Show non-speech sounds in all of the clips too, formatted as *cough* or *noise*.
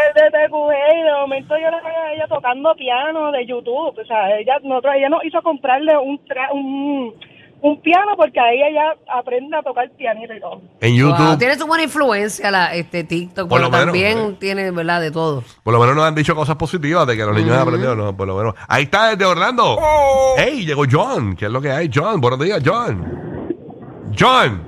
El de TQG y de momento yo la veo a ella tocando piano de YouTube. O sea, ella, nosotros, ella nos hizo comprarle un, tra- un, un piano porque ahí ella aprende a tocar pianito y todo. En Wow, YouTube. tiene su buena influencia la, este TikTok, Por pero lo menos, también sí. tiene, ¿verdad? De todo. Por lo menos nos han dicho cosas positivas de que los niños han aprendido. No, por lo menos. Ahí está desde Orlando. ¡Ey! Llegó John. ¿Qué es lo que hay? John, buenos días, John. John.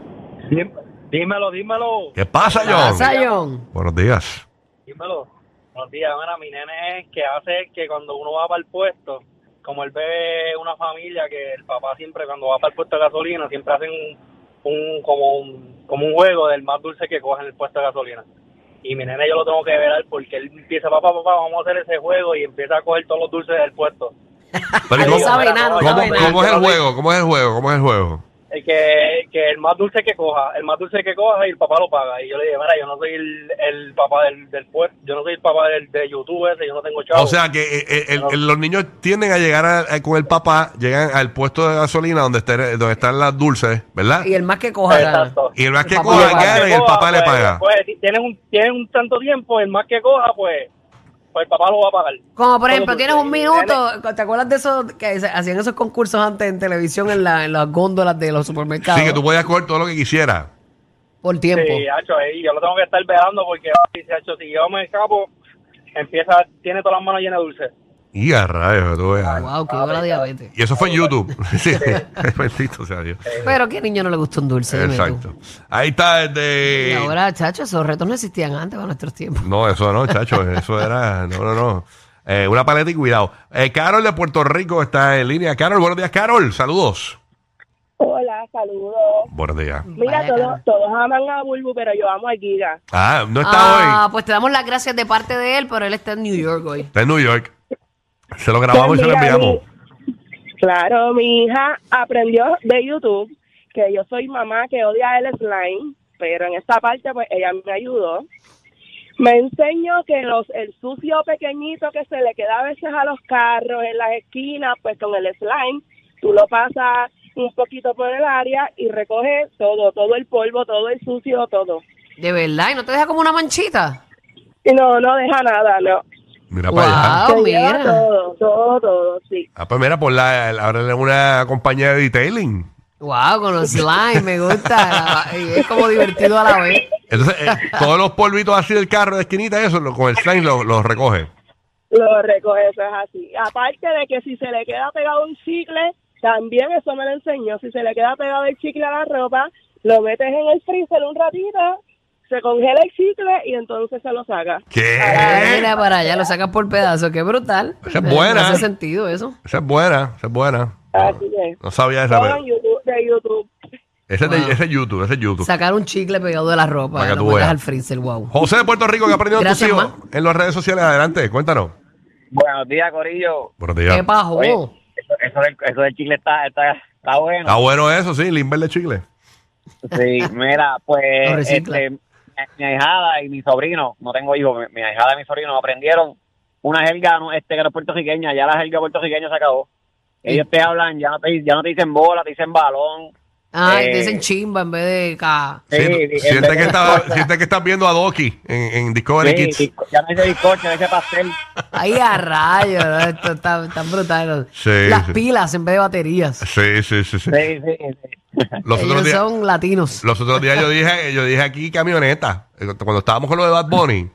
Dímelo, dímelo, ¿Qué pasa, John? Pasa, John. Buenos días. dímelo. Buenos días, mira, mi nene es que hace que cuando uno va para el puesto, como él ve una familia que el papá siempre cuando va para el puesto de gasolina, siempre hacen un, un- como un como un juego del más dulce que coge en el puesto de gasolina. Y mi nene yo lo tengo que velar porque él empieza, papá, papá, vamos a hacer ese juego y empieza a coger todos los dulces del puesto. Pero, ¿y Ay, ¿cómo, no sabe nada, no cómo- sabe nada. cómo es el juego? ¿Cómo es el juego? ¿Cómo es el juego? el que, que el más dulce que coja, el más dulce que coja y el papá lo paga. Y yo le dije, mira, yo no soy el, el papá del, del puer- yo no soy el papá del, de YouTube ese, yo no tengo chavo. O sea que eh, eh, el- el- los niños tienden a llegar a- a- con el papá, llegan al puesto de gasolina donde, esté- donde están las dulces, ¿verdad? Y el más que coja. gana. Exacto. Y el más que papá coja le paga. gana y el papá le pues, paga. Pues, si tienes un, tienes un tanto tiempo, el más que coja, pues, pues el papá lo va a pagar. Como por ejemplo, Todo tienes dulce. un Y minuto, ¿te acuerdas de eso que se- hacían esos concursos antes en televisión en, la- en las góndolas de los supermercados? Sí, que tú podías coger todo lo que quisieras. Por el tiempo. nene- Sí, hacho, ahí yo lo tengo que estar velando porque, dice, hacho, si yo me escapo, empieza, tiene todas las manos llenas de dulce. Y a rayos, tú veas. Wow, qué hora diabetes. Y eso fue en YouTube. *laughs* Sí, *laughs* bendito sea Dios. Pero qué niño no le gusta un dulce, dime tú. Exacto. Ahí está el Y de... ahora, chacho, esos retos no existían antes para nuestros tiempos. No, eso no, chacho. Eso era... No, no, no. Eh, una paleta y cuidado. Eh, Carol de Puerto Rico está en línea. Carol, buenos días, Carol. Saludos. Hola, saludos. Buenos días. Mira, Vaya, todos, Carol. todos aman a Bulbu, pero yo amo a Giga. Ah, no está Ah, hoy. pues te damos las gracias de parte de él, pero él está en New York hoy. Está en New York. Se lo grabamos y se lo Mira, enviamos. Claro, mi hija aprendió de YouTube que yo soy mamá que odia el slime, pero en esta parte pues ella me ayudó. Me enseñó que los el sucio pequeñito que se le queda a veces a los carros en las esquinas, pues con el slime tú lo pasas un poquito por el área y recoges todo, todo el polvo, todo el sucio, todo. De verdad, y no te deja como una manchita. Y no, no deja nada, no. Mira para allá. Wow, Se lleva Oh, mira. todo, todo, todo, sí. Ah, pues mira, por la, la- ahora es una compañía de detailing. Wow, con los slime, me gusta. La- y es como divertido a la *laughs* vez. Entonces, eh, todos los polvitos así del carro de esquinita, eso, lo- con el slime lo- los recoge. Lo recoge, eso es así. Aparte de que si se le queda pegado un chicle, también eso me lo enseñó. Si se le queda pegado el chicle a la ropa, lo metes en el freezer un ratito, se congela el chicle y entonces se lo saca. ¿Qué? Ay, Mira para allá, lo sacas por pedazos, qué brutal. ¿Eh? Esa es buena. No hace sentido eso. Esa es buena, esa es buena. Así que, No sabía esa, todo pero. en YouTube, de YouTube. Ese, es de- Wow. ese es YouTube, ese es YouTube. Sacar un chicle pegado de la ropa, Para que lo tú metes veas. al freezer, wow. José de Puerto Rico, que ha aprendido de tus Gracias, hijos en las redes sociales? Adelante, cuéntanos. Buenos días, Corillo. Buenos Qué días. pajo. eso, del, chicle está, está, está bueno. Está bueno eso, sí, limber de chicle. *laughs* Sí, mira, Lo pues recicla. este, mi, mi ahijada y mi sobrino, no tengo hijos, mi, mi ahijada y mi sobrino aprendieron una jerga no, este, que no es puertorriqueña, ya la jerga puertorriqueña se acabó. Ellos te hablan, ya no te, ya no te dicen bola, te dicen Ay, balón. Eh, Ah, te dicen chimba en vez de ca. Sí, Sí, en vez siente, de que está- cosas. siente que estás viendo a Doki en, en Discovery Sí, Kids. bizco- ya no dice bizcocho, dice pastel. Ay, a rayos, ¿no? esto está tan brutal. Sí, Las sí. pilas en vez de baterías. Sí, sí, sí. sí. Sí, sí, sí. Los otros Ellos días. son latinos. Los otros días yo dije, yo dije aquí camioneta, eh, cuando estábamos con lo de Bad Bunny,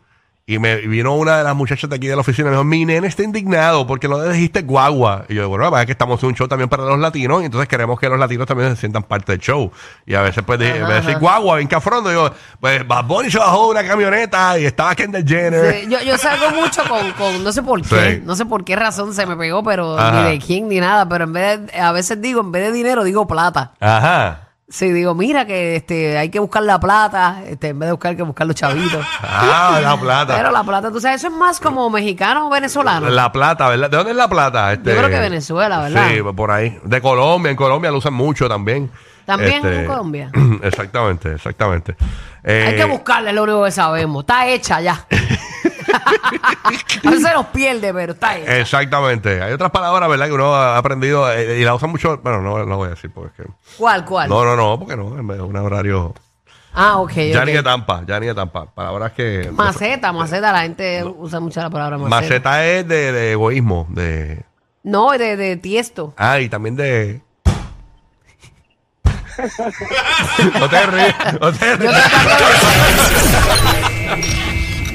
Y me y vino una de las muchachas de aquí de la oficina y me dijo, mi nene está indignado porque lo dijiste guagua. Y yo, bueno, la verdad es que estamos en un show también para los latinos y entonces queremos que los latinos también se sientan parte del show. Y a veces pues dije, me decís guagua, bien cafrondo. Y yo, pues Bad Bunny se bajó de una camioneta y estaba Kendall Jenner. Sí, yo, yo salgo mucho con, con- no sé por qué, Sí. no sé por qué razón se me pegó, pero Ajá. ni de quién ni nada, pero en vez de- a veces digo, en vez de dinero digo plata. Ajá. Sí, digo, mira que este hay que buscar la plata, este en vez de buscar hay que buscar los chavitos. Ah, la plata. Pero la plata, tú sabes, eso es más como mexicano o venezolano. La plata, ¿verdad? ¿De dónde es la plata? Este, creo que Venezuela, ¿verdad? Sí, por ahí. De Colombia, en Colombia lo usan mucho también. Este, También en Colombia. *clears throat* Exactamente, exactamente. Eh, Hay que buscarla, es lo único que sabemos. Está hecha *laughs* ya. a veces se nos pierde, pero está Eh. hecha. Exactamente. Hay otras palabras, ¿verdad? Que uno ha aprendido eh, y la usan mucho. Bueno, no, no voy a decir porque es que- ¿Cuál, cuál? No, no, no, porque no. Es un horario. Ah, ok. Ya ni ok. de Tampa, ya ni de Tampa. Palabras que. Maceta, maceta, la gente usa mucho la palabra maceta. Maceta es de, de egoísmo. De... No, de, de tiesto. Ah, y *laughs* también de. no te ríes, no te ríes.